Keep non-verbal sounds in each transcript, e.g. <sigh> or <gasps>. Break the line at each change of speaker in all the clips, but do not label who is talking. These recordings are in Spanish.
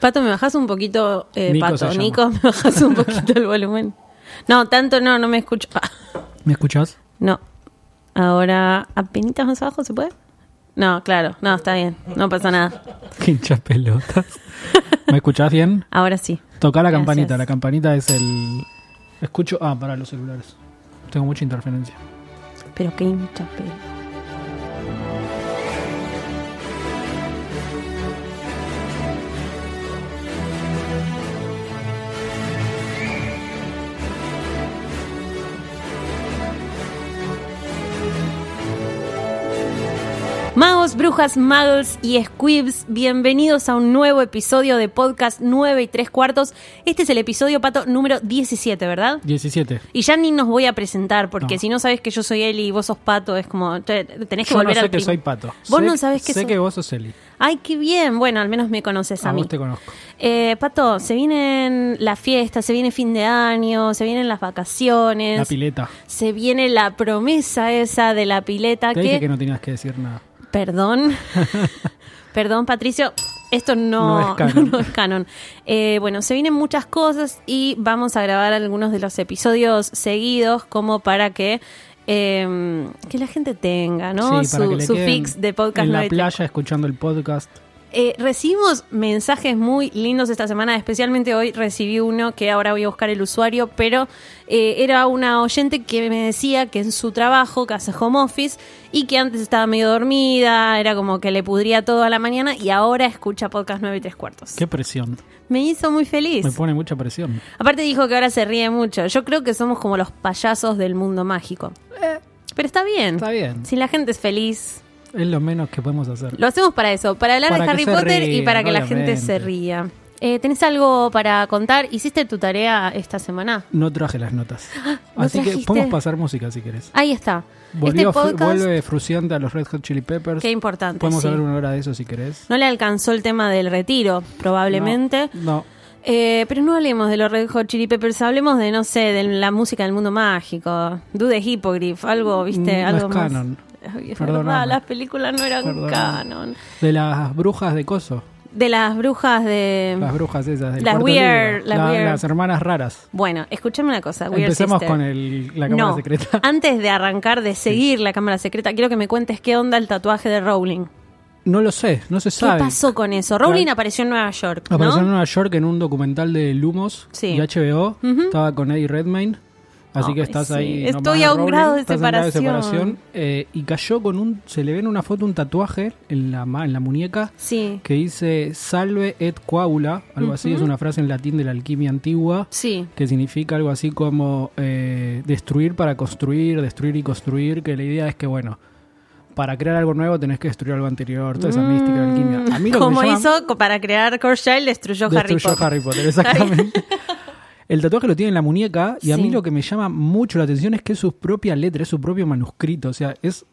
Pato, ¿me bajas un poquito? Eh,
Nico se
Pato,
llama.
Nico, ¿me bajas un poquito el volumen? No, tanto no, no me escucho. Ah,
¿Me escuchás? <laughs>
no. Ahora, ¿apenitas más abajo se puede? No, claro, no, está bien, no pasa nada.
Qué hincha pelotas. ¿Me escuchás bien?
Ahora sí.
Toca la
Gracias.
campanita. La campanita es el. Escucho. Ah, para los celulares. Tengo mucha interferencia.
Pero qué hincha pelo. Magos, brujas, muggles y squibs, bienvenidos a un nuevo episodio de Podcast 9 y 3 cuartos. Este es el episodio, Pato, número 17, ¿verdad?
17.
Y ya ni nos voy a presentar, porque
No.
si no sabes que yo soy Eli y vos sos pato, es como. te- Tenés que
Yo no
volver
sé
al
que
prim-
soy pato.
Vos
Sé-
no sabés que
Sé
soy-
que vos sos Eli.
Ay, qué bien. Bueno, al menos me conoces a,
A
mí.
Ah, vos te conozco.
Eh, pato, se vienen las fiestas, se viene fin de año, se vienen las vacaciones.
La pileta.
se viene la promesa esa de la pileta
Te
que.
dije que no tenías que decir nada. <laughs>
Perdón. Perdón, Patricio. Esto <laughs> no,
No es canon.
no es canon. Eh, bueno, se vienen muchas cosas y vamos a grabar algunos de los episodios seguidos como para que, eh, que la gente tenga, ¿no?
Sí, para
su
que le
su
queden
fix de podcast.
En la
93.
playa, escuchando el podcast.
Eh, recibimos mensajes muy lindos esta semana, especialmente hoy recibí uno que ahora voy a buscar el usuario, pero eh, era una oyente que me decía que en su trabajo, que hace home office, y que antes estaba medio dormida, era como que le pudría todo a la mañana, y ahora escucha podcast 9 y 3 cuartos.
Qué presión.
Me hizo muy feliz.
Me pone mucha presión.
Aparte dijo que ahora se ríe mucho. Yo creo que somos como los payasos del mundo mágico. Pero está bien.
Eh. Está bien.
Si la gente es feliz,
Es lo menos que podemos hacer.
lo hacemos para eso, para hablar
Para
de
que
Harry
se
Potter y
rían,
para que la gente
obviamente.
se ría. Eh, ¿Tenés algo para contar? ¿Hiciste tu tarea esta semana?
No traje las notas.
Ah, ¿No
así que
trajiste?
podemos pasar música si querés.
Ahí está.
Volvió,
este
fru-
podcast,
vuelve fruciante a los Red Hot Chili Peppers.
qué importante.
Podemos
sí.
hablar una hora de eso si querés.
No le alcanzó el tema del retiro, probablemente.
No. no.
Eh, pero no hablemos de los Red Hot Chili Peppers, hablemos de, no sé, de la música del mundo mágico. Dude Hippogriff, algo, viste,
Mm, No
algo
es
más.
canon.
Ay, es
Perdóname.
verdad, las películas no eran
Perdóname.
canon.
De las brujas de Coso.
De las brujas de...
Las brujas esas. Del
Las
cuarto
weird,
libro.
las weird.
Las hermanas raras.
Bueno, escúchame una cosa. Weird
Empecemos
Sister.
con el, la cámara
No,
secreta.
<laughs> Antes de arrancar, de seguir la cámara secreta, quiero que me cuentes qué onda el tatuaje de Rowling.
No lo sé, no se
¿Qué
sabe.
pasó con eso? Rowling apareció en Nueva York, ¿no?
Apareció en Nueva York en un documental de Lumos
Sí.
y HBO. Estaba con Eddie Redmayne. Así que
Ay,
estás
sí.
ahí.
Estoy
nomás de
a un
Rowling,
grado de
estás a un grado
separación.
eh, y cayó con un. Se le ve en una foto un tatuaje en la, ma- en la muñeca
Sí,
que dice Salve et coagula. Algo así. Es una frase en latín de la alquimia antigua.
sí.
que significa algo así como eh, destruir para construir, destruir y construir, que la idea es que, bueno, para crear algo nuevo tenés que destruir algo anterior, toda esa mística alquimia. A mí lo que
Como
me llama-
hizo co- para crear Cursed Child, destruyó, Harry
destruyó
Potter.
Harry
<laughs>
Potter, exactamente. El tatuaje lo tiene en la muñeca y a
Sí.
mí lo que me llama mucho la atención es que es su propia letra, es su propio manuscrito, o sea, es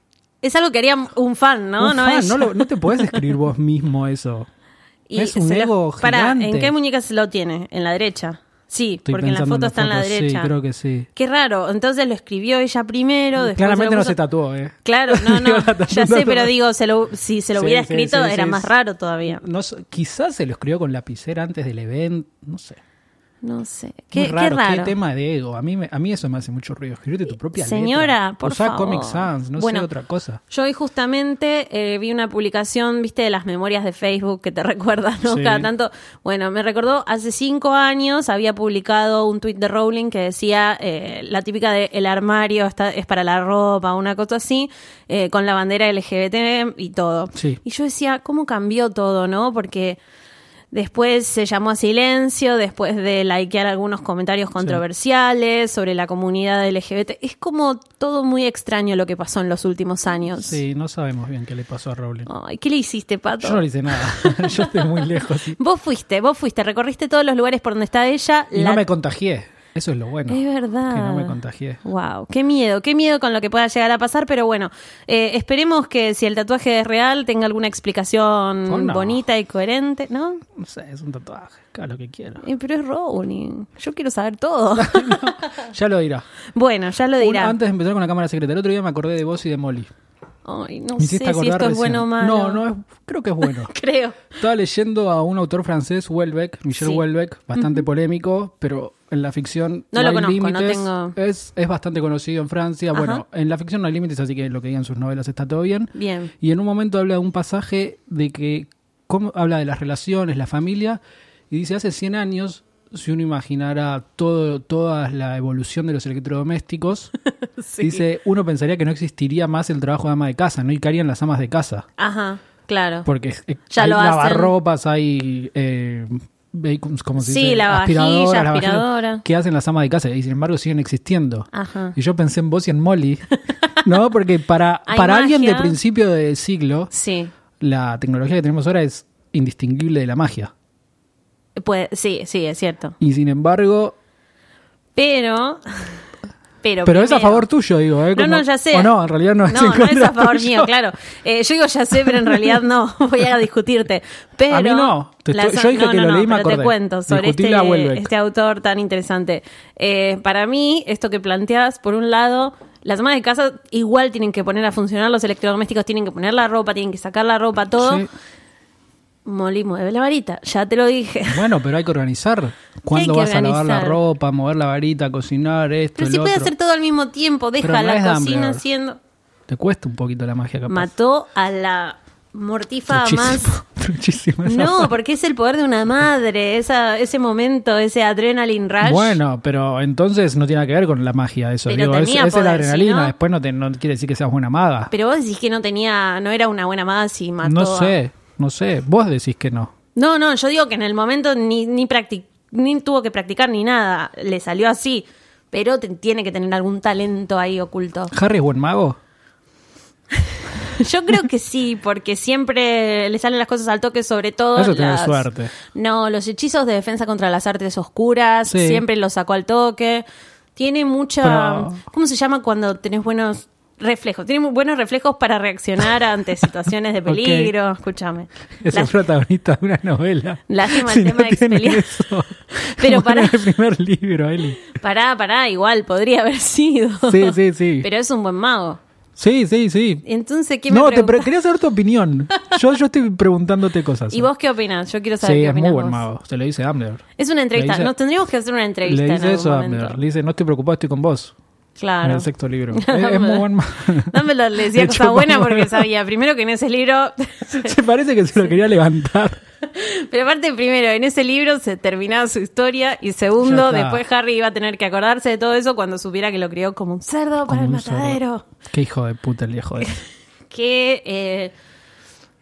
Es algo que haría un fan, ¿no?
un fan,
es-
no, lo- no te podés escribir vos mismo eso.
Y
es un
se lo-
ego
Pará, ¿en
gigante.
qué muñeca se lo tiene? ¿En la derecha? Sí,
Estoy
porque en la
pensando
foto está en la
foto,
derecha.
Sí, creo que sí.
Qué raro. Entonces lo escribió ella primero, después
Claramente
lo
no
puso-
se tatuó, ¿eh?
Claro,
<laughs>
no, no,
Digo, la tatu-
ya
no
sé,
tatu-
pero digo, se lo, si se lo
Sí,
hubiera
sí,
escrito
sí,
era
sí,
más
sí.
raro todavía.
No sé, quizás se lo escribió con lapicera antes del evento, no sé.
No sé,
Qué
qué
raro,
qué raro.
qué tema de ego. A mí, me- a mí eso me hace mucho ruido. Escribirte tu propia
Señora,
letra.
por
Usá
favor.
Comic Sans, no
Bueno.
sé otra cosa.
Yo hoy justamente eh, vi una publicación, viste, de las memorias de Facebook que te <laughs> recuerdan, ¿no?
Sí.
Cada tanto. Bueno, me recordó hace cinco años había publicado un tuit de Rowling que decía eh, la típica de el armario está, es para la ropa, una cosa así, eh, con la bandera LGBT y todo.
Sí.
Y yo decía, ¿cómo cambió todo, no? Porque. Después se llamó a silencio, después de likear algunos comentarios controversiales sobre la comunidad LGBT. Es como todo muy extraño lo que pasó en los últimos años.
Sí, no sabemos bien qué le pasó a Rowling.
Ay, ¿qué le hiciste, Pato?
Yo no le hice nada. <laughs> Yo estoy muy lejos. Y,
Vos fuiste, vos fuiste, recorriste todos los lugares por donde está ella.
y
la-
no me contagié. Eso es lo bueno.
Es verdad.
Que no me contagié.
Wow, qué miedo, qué miedo con lo que pueda llegar a pasar, pero bueno, eh, esperemos que si el tatuaje es real tenga alguna explicación
Oh, no.
bonita y coherente, ¿no?
No sé, es un tatuaje. Cada lo que quiera.
Eh, pero es Rowling, yo quiero saber
<laughs>
todo.
Ya lo dirá.
bueno, ya lo
Un-
dirá.
antes de empezar con la cámara secreta, el otro día me acordé de vos y de Molly.
Ay, no sé
Me
si
hiciste
esto
acordar
es
recién.
bueno o malo.
No, no, es- creo que es bueno.
<laughs> Creo.
Estaba leyendo a un autor francés, Welbeck, Michel
Sí.
Houellebecq, bastante polémico, pero en la ficción
No lo
hay
conozco, no
límites.
tengo-
Es, es bastante conocido en Francia.
Ajá.
Bueno, en la ficción no hay límites, así que lo que digan sus novelas está todo bien.
Bien.
Y en un momento habla de un pasaje de que cómo- habla de las relaciones, la familia, y dice, hace 100 años, si uno imaginara todo, toda la evolución de los electrodomésticos,
<laughs> Sí.
dice, uno pensaría que no existiría más el trabajo de ama de casa, ¿no? Y caerían las amas de casa.
Ajá, claro.
Porque es- eh,
Ya
hay
lo hacen.
lavarropas, hay eh, vehículos, como se
Sí,
dice,
lavavajillas,
aspiradoras, lavajanas,
aspiradora.
que hacen las amas de casa y sin embargo siguen existiendo.
Ajá.
Y yo pensé en vos y
<laughs>
en Molly, ¿no? Porque para,
Hay
para alguien de
magia.
principio de siglo,
Sí.
la tecnología que tenemos ahora es indistinguible de la magia.
Puede- sí, sí, es cierto.
Y sin embargo,
Pero. <laughs> Pero,
pero, es a
primero-
favor tuyo, digo. ¿eh?
No,
Como-
no, ya sé.
O no, en realidad no es, en
No, no es
contra
a favor
tuyo.
mío, claro. Eh, yo digo ya sé, pero en realidad no. <laughs> Voy a discutirte. Pero
A mí no. Te
La-
estoy- yo dije
no,
que
no,
lo
no,
leí y me
pero te
acordé.
cuento sobre
Discutí la
este,
Welbeck.
este autor tan interesante. Eh, para mí, esto que planteas, por un lado, las amas de casa igual tienen que poner a funcionar los electrodomésticos, tienen que poner la ropa, tienen que sacar la ropa, todo.
Sí.
Molly mueve la varita, ya te lo dije.
Bueno, pero hay que
<laughs>
organizar. ¿Cuándo
que
vas a lavar la
organizar.
ropa, mover la varita, cocinar, esto,
Pero
el
si puede
otro?
hacer todo al mismo tiempo, deja
Pero no es
la cocina
Dumbledore.
haciendo.
Te cuesta un poquito la magia, capaz.
Mató a la mortífaga
Truchísimo,
más
<laughs> truchísimo esa
No,
frase.
porque es el poder de una madre, esa, ese momento, ese adrenaline rush.
Bueno, pero entonces no tiene nada que ver con la magia eso.
Pero
Digo, es,
tenía
es
poder,
la adrenalina.
si no-
Después no, te- no quiere decir que seas buena maga.
Pero vos decís que no tenía, no era una buena madre si mató.
No
a-
sé, no sé. Vos decís que no.
No, no, yo digo que en el momento ni, ni, practi- ni tuvo que practicar ni nada, le salió así. Pero te- tiene que tener algún talento ahí oculto.
¿Harry es buen mago?
<laughs> Yo creo que sí, porque siempre le salen las cosas al toque, sobre todo.
Eso tenés
las-
suerte.
No, los hechizos de defensa contra las artes oscuras,
Sí.
siempre los sacó al toque. Tiene mucha.
Pero-
¿Cómo se llama cuando tenés buenos reflejos? Tiene muy buenos reflejos para reaccionar
<laughs>
ante situaciones de
Ok.
peligro.
<laughs>
Escúchame.
Es el
Las-
protagonista de una novela.
Lástima el
Si
tema
no
de
tiene
Expelliarmus.
eso,
<laughs> Pero pará.
muere en el primer
<laughs>
libro, Eli.
Pará, pará, igual, podría haber <laughs> sido.
Sí, sí, sí.
Pero es un buen mago.
Sí, sí, sí.
Entonces, ¿qué me
No, te pre-
preguntás?
quería saber
<laughs>
tu opinión. Yo, yo estoy preguntándote cosas.
¿Y vos qué opinás? Yo quiero
Sí,
saber qué
es muy
opinás
buen
vos.
mago. Se le dice a Dumbledore.
Es una entrevista.
Le dice-
Nos tendríamos que hacer una entrevista
Le
en
dice
algún
eso a
momento.
Dumbledore. Le dice, no estoy preocupado, estoy
<laughs>
con vos. <laughs>
Claro.
En el sexto libro.
<laughs>
es, es muy buen mago.
Dumbledore
<laughs>
le decía
Le
cosas
chupa
buenas
un huevo.
porque sabía, primero que en ese libro, <laughs>
Se parece que se lo quería levantar.
pero aparte primero, en ese libro se terminaba su historia y segundo,
Ya está.
después Harry iba a tener que acordarse de todo eso cuando supiera que lo crió como un cerdo <laughs> para
Como
el
un zorro.
matadero.
Qué hijo de puta el viejo ese.
<laughs> Qué, eh,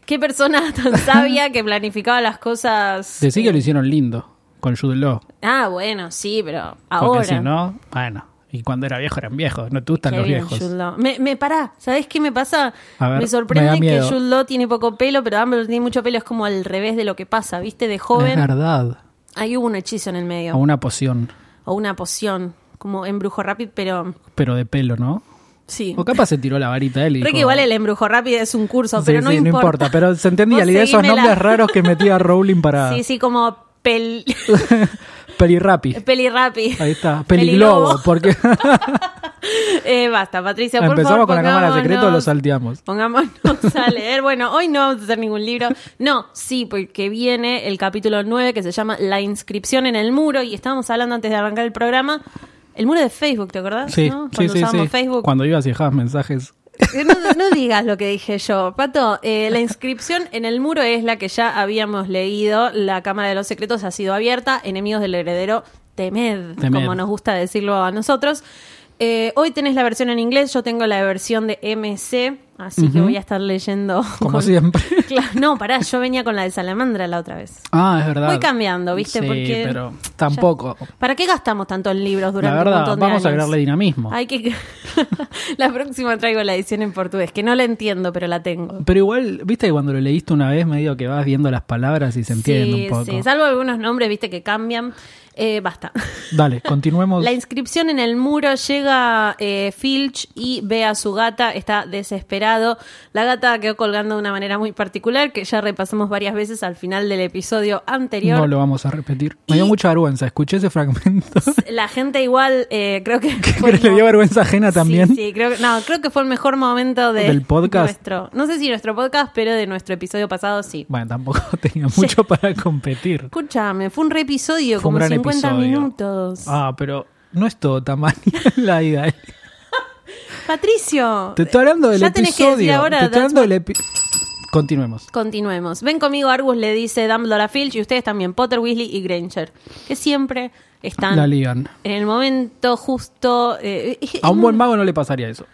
qué persona
<laughs>
tan sabia que planificaba las cosas.
Decí que lo hicieron lindo con Jude Law.
Ah, bueno, sí, pero ahora.
Porque si no, bueno. Y cuando era viejo eran viejos. No te gustan
Qué
los
bien,
viejos.
Jude Law. Me, me pará, ¿sabés qué me pasa?
A ver,
me sorprende
me da
que
miedo.
Jude Law tiene poco pelo, pero Dumbledore tiene mucho pelo. Es como al revés de lo que pasa, ¿viste? De joven.
Es verdad.
Ahí hubo un hechizo en el medio.
A una poción.
O una poción. Como embrujo rápido, pero.
Pero de pelo, ¿no?
Sí.
O capaz se tiró la varita él y
Creo que
dijo,
igual el embrujo rápido es un curso,
Sí,
pero no
sí,
importa.
Pero se entendía
Vos
la idea de esos
seguímela.
nombres raros
<laughs>
que metía Rowling para
Sí, sí, como pel... <laughs>
<laughs> pelirrapi.
Eh, pelirrapi.
Ahí está. Peliglobo. Porque
<laughs> Eh, basta, Patricia, por
empezamos
favor.
con la cámara secreta, lo
pongámonos-
salteamos.
Pongámonos
<laughs>
a leer. Bueno, hoy no vamos a hacer ningún libro. No, sí, porque viene el capítulo 9 que se llama La inscripción en el muro y estábamos hablando antes de arrancar el programa. El muro de Facebook, ¿te acordás?
Sí,
no?
sí,
Cuando
sí,
usábamos
sí.
Facebook.
Cuando ibas y dejabas mensajes.
Eh, No, no digas lo que dije yo. Pato, eh, la inscripción en el muro es la que ya habíamos leído. La Cámara de los Secretos ha sido abierta. Enemigos del heredero, temed,
Temed.
como nos gusta decirlo a nosotros. Eh, hoy tenés la versión en inglés, yo tengo la versión de MC, así que voy a estar leyendo.
Como
con-
siempre.
<laughs> Claro, no, pará, yo venía con la de Salamandra la otra vez.
Ah, es verdad.
Voy cambiando, ¿viste?
Sí,
Porque
pero
ya-
tampoco.
¿Para qué gastamos tanto en libros
La
durante un
verdad,
montón de
vamos a
años?
agregarle dinamismo.
Hay que. <laughs> la próxima traigo la edición en portugués, que no la entiendo, pero la tengo.
Pero igual, viste que cuando lo leíste una vez, me digo que vas viendo las palabras y se entiende
sí,
un poco.
sí, salvo algunos nombres, viste, que cambian. Eh, basta.
Dale, continuemos.
La inscripción en el muro llega eh, Filch y ve a su gata, está desesperado. La gata quedó colgando de una manera muy particular, que ya repasamos varias veces al final del episodio anterior.
No lo vamos a repetir.
Y-
Me <laughs> dio mucha vergüenza. Escuché ese fragmento. <laughs>
La gente igual, eh, creo que...
Pero le dio vergüenza ajena también.
Sí, creo, que- no, creo que fue el mejor momento de-
¿Del podcast?
de nuestro, no sé si nuestro podcast, pero de nuestro episodio pasado sí.
Bueno, tampoco <laughs> tenía mucho para competir.
Escúchame, fue un re episodio,
Fue un
como
gran
50
episodio.
minutos.
Ah, pero no es todo <laughs> tamaño la idea.
Patricio,
Te estoy hablando del
ya tenés que
episodio.
decir ahora,
te estoy
that's
hablando del epi- Continuemos.
Continuemos. Ven conmigo, Argus le dice Dumbledore a Filch y ustedes también, Potter, Weasley y Granger, que siempre están
La ligan.
en el momento justo. eh, es-
A un buen mago no le pasaría eso.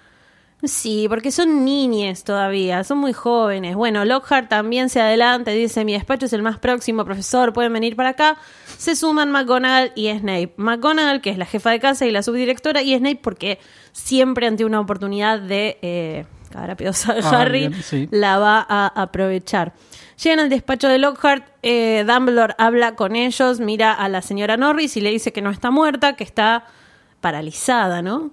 Sí, porque son niñes todavía, son muy jóvenes. Bueno, Lockhart también se adelanta y dice, mi despacho es el más próximo, profesor, pueden venir para acá. Se suman McGonagall y Snape. McGonagall, que es la jefa de casa y la subdirectora, y Snape porque siempre ante una oportunidad de eh, cagar a pedos a
Ah,
Harry,
bien, sí.
la va a aprovechar. Llegan al despacho de Lockhart, eh, Dumbledore habla con ellos, mira a la señora Norris y le dice que no está muerta, que está paralizada, ¿no?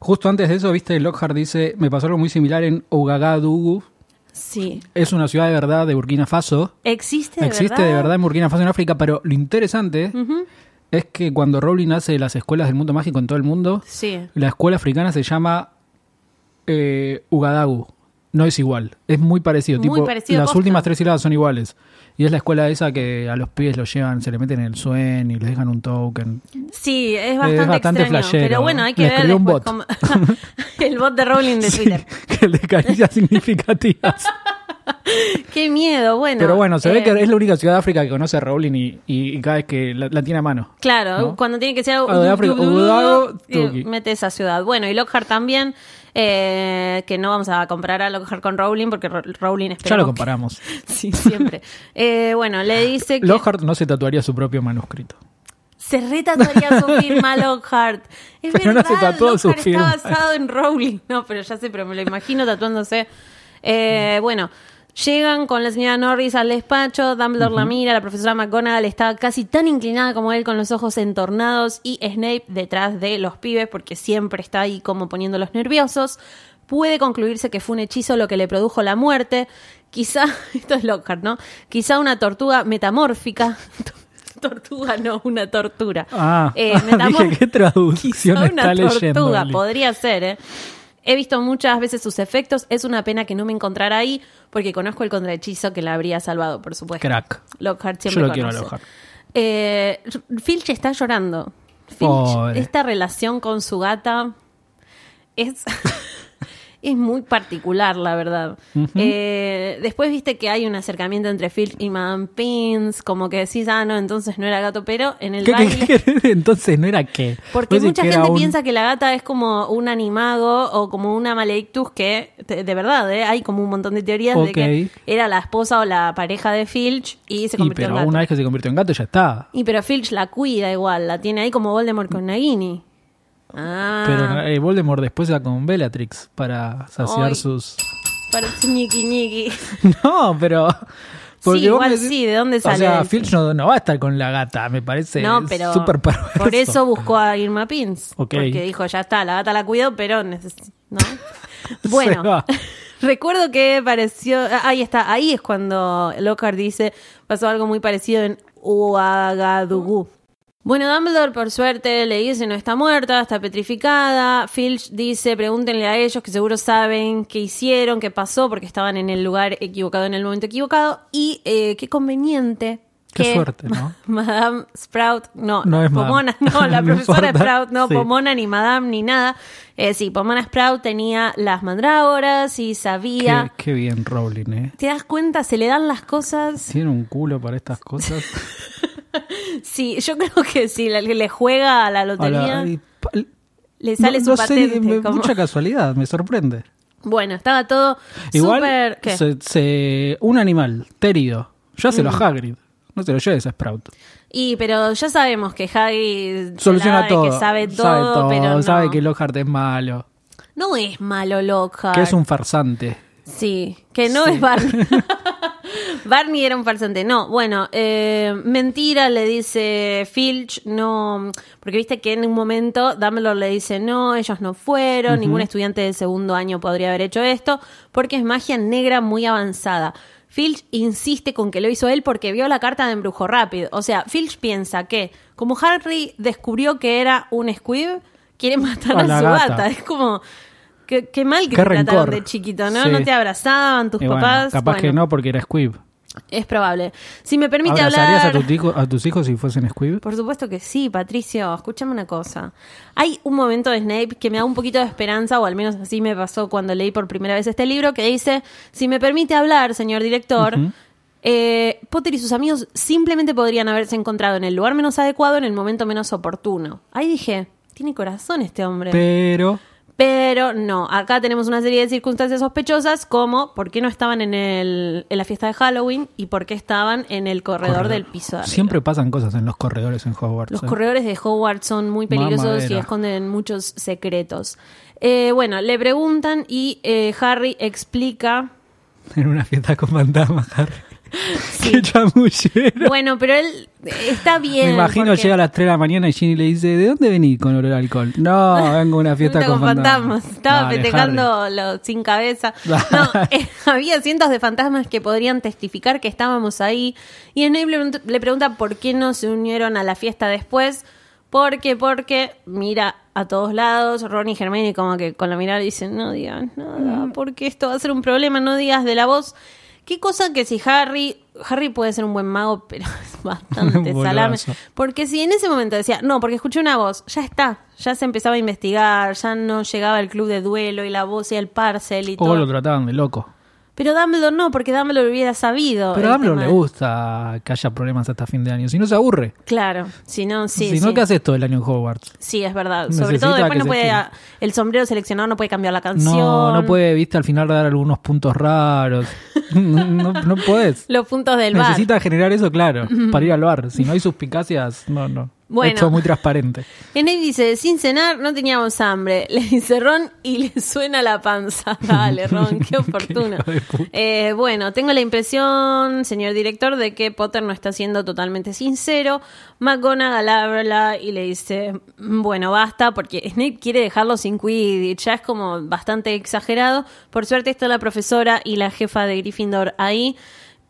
Justo antes de eso, viste, Lockhart dice, me pasó algo muy similar en Ouagadougou.
Sí.
Es una ciudad de verdad de Burkina Faso.
Existe de
Existe
verdad. Mm.
de verdad en Burkina Faso, en África, pero lo interesante es que cuando Rowling hace las escuelas del mundo mágico en todo el mundo,
Sí.
la escuela africana se llama eh, Ugadagu. No es igual, es muy parecido.
Muy
tipo,
parecido,
las
posta.
últimas tres sílabas son iguales. Y es la escuela esa que a los pibes los llevan, se le meten en el sueño y les dejan un token.
Sí, es bastante,
bastante
extraño.
flashero.
Pero bueno, hay que
Le
ver
escribió un
después
bot.
cómo- <laughs> el bot de Rowling de
<laughs> Sí,
Twitter.
que le
<laughs>
caricias significativas.
Qué miedo, bueno.
Pero bueno, se
eh,
ve que es la única ciudad de África que conoce a Rowling y, y- y cada vez que la, la tiene a mano.
Claro,
¿no?
cuando tiene que ser
Ah, de África, Udago, Tuki.
eh, mete esa ciudad. Bueno, y Lockhart también, eh, que no vamos a comparar a Lockhart con Rowling porque Ro- Rowling es
Ya lo comparamos.
<laughs> Sí, siempre. Eh, bueno, le dice que
Lockhart no se tatuaría su propio manuscrito.
se retatuaría
<laughs>
su firma Lockhart. Es
Pero no
verdad,
se tatuó su
Lockhart
firma.
está basado en Rowling. No, pero ya sé, pero me lo imagino tatuándose. Eh, bueno, llegan con la señora Norris al despacho, Dumbledore la mira, la profesora McGonagall está casi tan inclinada como él con los ojos entornados y Snape detrás de los pibes porque siempre está ahí como poniéndolos nerviosos. Puede concluirse que fue un hechizo lo que le produjo la muerte. Quizá, <laughs> esto es Lockhart, ¿no? Quizá una tortuga metamórfica. <laughs> Tortuga, no, una tortura.
Ah, <laughs>
Eh, metamor- <laughs>
dije, ¿qué traducción
Quizá
está
una
leyendo?
tortuga,
Eli?
podría ser, ¿eh? He visto muchas veces sus efectos. Es una pena que no me encontrara ahí, porque conozco el contrahechizo que la habría salvado, por supuesto.
Crack.
Lockhart siempre
Yo lo quiero a
conoce.
Lockhart.
Eh, Filch está llorando. Filch,
Pobre.
esta relación con su gata es, <laughs> es muy particular, la verdad. Eh, después viste que hay un acercamiento entre Filch y Madame Pins, como que decís, ah, no, entonces no era gato, pero en el
¿Qué,
baile...
qué- qué- <laughs> entonces no era qué?
Porque
Vos decís
mucha
que era
gente
un-
piensa que la gata es como un animago o como una maledictus que, te- de verdad, ¿eh? hay como un montón de teorías
Ok.
de que era la esposa o la pareja de Filch y se
Y
convirtió
pero
en
una
gato.
vez que se convirtió en gato ya está.
Y pero Filch la cuida igual, la tiene ahí como Voldemort con Nagini. Ah,
Pero eh, Voldemort después era con Bellatrix para saciar
Ay.
sus... <laughs>
parece ñiqui ñiqui.
No, pero...
Sí,
vos me
igual
decís-
sí, ¿de dónde
O
sale
sea,
eso?
Filch no, no va a estar con la gata, me parece
no, pero
súper perverso.
por eso buscó a Irma Pins.
Ok.
Porque dijo, ya está, la gata la cuido, pero neces-
<laughs>
¿no?
Se
Bueno,
va.
<laughs> recuerdo que pareció... ah, Ahí está, ahí es cuando Lockhart dice, pasó algo muy parecido en Ouagadougou. Bueno, Dumbledore, por suerte, le dice no está muerta, está petrificada. Filch dice, pregúntenle a ellos que seguro saben qué hicieron, qué pasó, porque estaban en el lugar equivocado, en el momento equivocado. Y eh, qué conveniente.
Qué
que <laughs>
suerte, ¿no?
Madame Sprout, no,
No es
Pomona,
Madame.
no, la
<laughs> No
profesora
importa,
Sprout, no,
sí.
Pomona ni Madame ni nada. Eh, sí, Pomona Sprout tenía las mandrágoras y
Qué,
sabía.
qué bien Rowling, ¿eh?
¿Te das cuenta? Se le dan las cosas.
Tiene un culo para
<laughs>
estas cosas.
Sí, yo <laughs> creo que sí, la- le juega a la
A la-
lotería,
y pa-
le sale
no-
su
no sé,
patente.
me-
como-
Mucha casualidad, me sorprende.
<laughs> Bueno, estaba todo
Igual,
súper- ¿qué? Mm.
se- se- un animal, Terido, ya se lo Hagrid. No se lo lleves a Sprout.
Y pero ya sabemos que Hagrid se la da
Soluciona
de
todo.
que sabe todo, pero no.
sabe que Lockhart es malo,
no es malo Lockhart.
que es un farsante.
Sí, que no es Barney. <laughs> Barney era un farsante. No, bueno, eh, mentira, le dice Filch, no, porque viste que en un momento Dumbledore le dice, no, ellos no fueron, ningún estudiante del segundo año podría haber hecho esto, porque es magia negra muy avanzada. Filch insiste con que lo hizo él porque vio la carta de embrujo rápido. O sea, Filch piensa que, como Harry descubrió que era un Squib, quiere matar
A
a,
la
su
gata.
gata. Es como, qué, qué mal que
Qué
te trataron
rencor.
de chiquito, ¿no?
Sí.
No te abrazaban tus
Y bueno,
papás.
capaz que
bueno,
no, porque era Squib.
Es probable. Si me permite
¿Abrazarías
hablar...
a, tus hijos- a tus hijos si fuesen Squib?
Por supuesto que sí, Patricio. Escúchame una cosa. Hay un momento de Snape que me da un poquito de esperanza, o al menos así me pasó cuando leí por primera vez este libro, que dice, si me permite hablar, señor director, eh, Potter y sus amigos simplemente podrían haberse encontrado en el lugar menos adecuado, en el momento menos oportuno. Ahí dije, tiene corazón este hombre.
Pero
Pero no, acá tenemos una serie de circunstancias sospechosas como por qué no estaban en, el, en la fiesta de Halloween y por qué estaban en el corredor,
corredor.
del piso. de arriba.
Siempre pasan cosas en los corredores en Hogwarts.
Los
¿eh?
corredores de Hogwarts son muy peligrosos
Mamadera.
y esconden muchos secretos. Eh, bueno, le preguntan y eh, Harry
<laughs>
explica.
En una fiesta con fantasmas,
<laughs>
Harry. <laughs>
Sí.
Qué chamullero.
Bueno, pero él eh, está bien.
Me imagino
porque-
llega a las 3 de la mañana y Ginny le dice, ¿de dónde venís con olor a alcohol? No,
<laughs>
vengo a una fiesta con, fantasmas.
Estaba
Dale, Harry.
festejando los sin
<laughs>
cabeza. No, eh, había cientos de fantasmas que podrían testificar que estábamos ahí. Y Snape le, pregunt- le pregunta por qué no se unieron a la fiesta después. Porque, porque, mira a todos lados, Ron y Hermione como que con la mirada dicen, no digas
Mm.
nada, porque esto va a ser un problema, no digas de la voz. Qué cosa que si Harry, Harry puede ser un buen mago, pero <laughs>
<laughs>
es bastante
Boludazo.
salame. Porque si en ese momento decía, no, porque escuché una voz, ya está, ya se empezaba a investigar, ya no llegaba el club de duelo y la voz y el parcel y
O lo
todo.
trataban de loco.
Pero Dumbledore no, porque Dumbledore hubiera sabido.
Pero
el
a Dumbledore
tema.
le gusta que haya problemas hasta fin de año. Si no, se aburre.
Claro, si no, sí.
si no,
sí.
¿qué haces todo el año en Hogwarts?
Sí, es verdad.
Necesita
Sobre todo
que
después no
se
puede,
estire.
el sombrero seleccionado no puede cambiar la canción.
No, no puede, viste, al final dar algunos puntos raros. <laughs> No, no, no podés.
Los puntos del bar.
Necesita generar eso, claro, para ir al bar. Si no hay suspicacias, no, no.
Bueno.
Es todo muy transparente.
Snape dice, sin cenar no teníamos hambre. <laughs> Le dice Ron y le suena la panza. <laughs> Dale, Ron, qué oportuno.
<laughs> Qué hijo de puta.
Eh, bueno, tengo la impresión, señor director, de que Potter no está siendo totalmente sincero. McGonagall habla y le dice, "Mm, bueno, basta, porque Snape quiere dejarlo sin Quidditch. Ya es como bastante exagerado. Por suerte está la profesora y la jefa de Gryffindor ahí.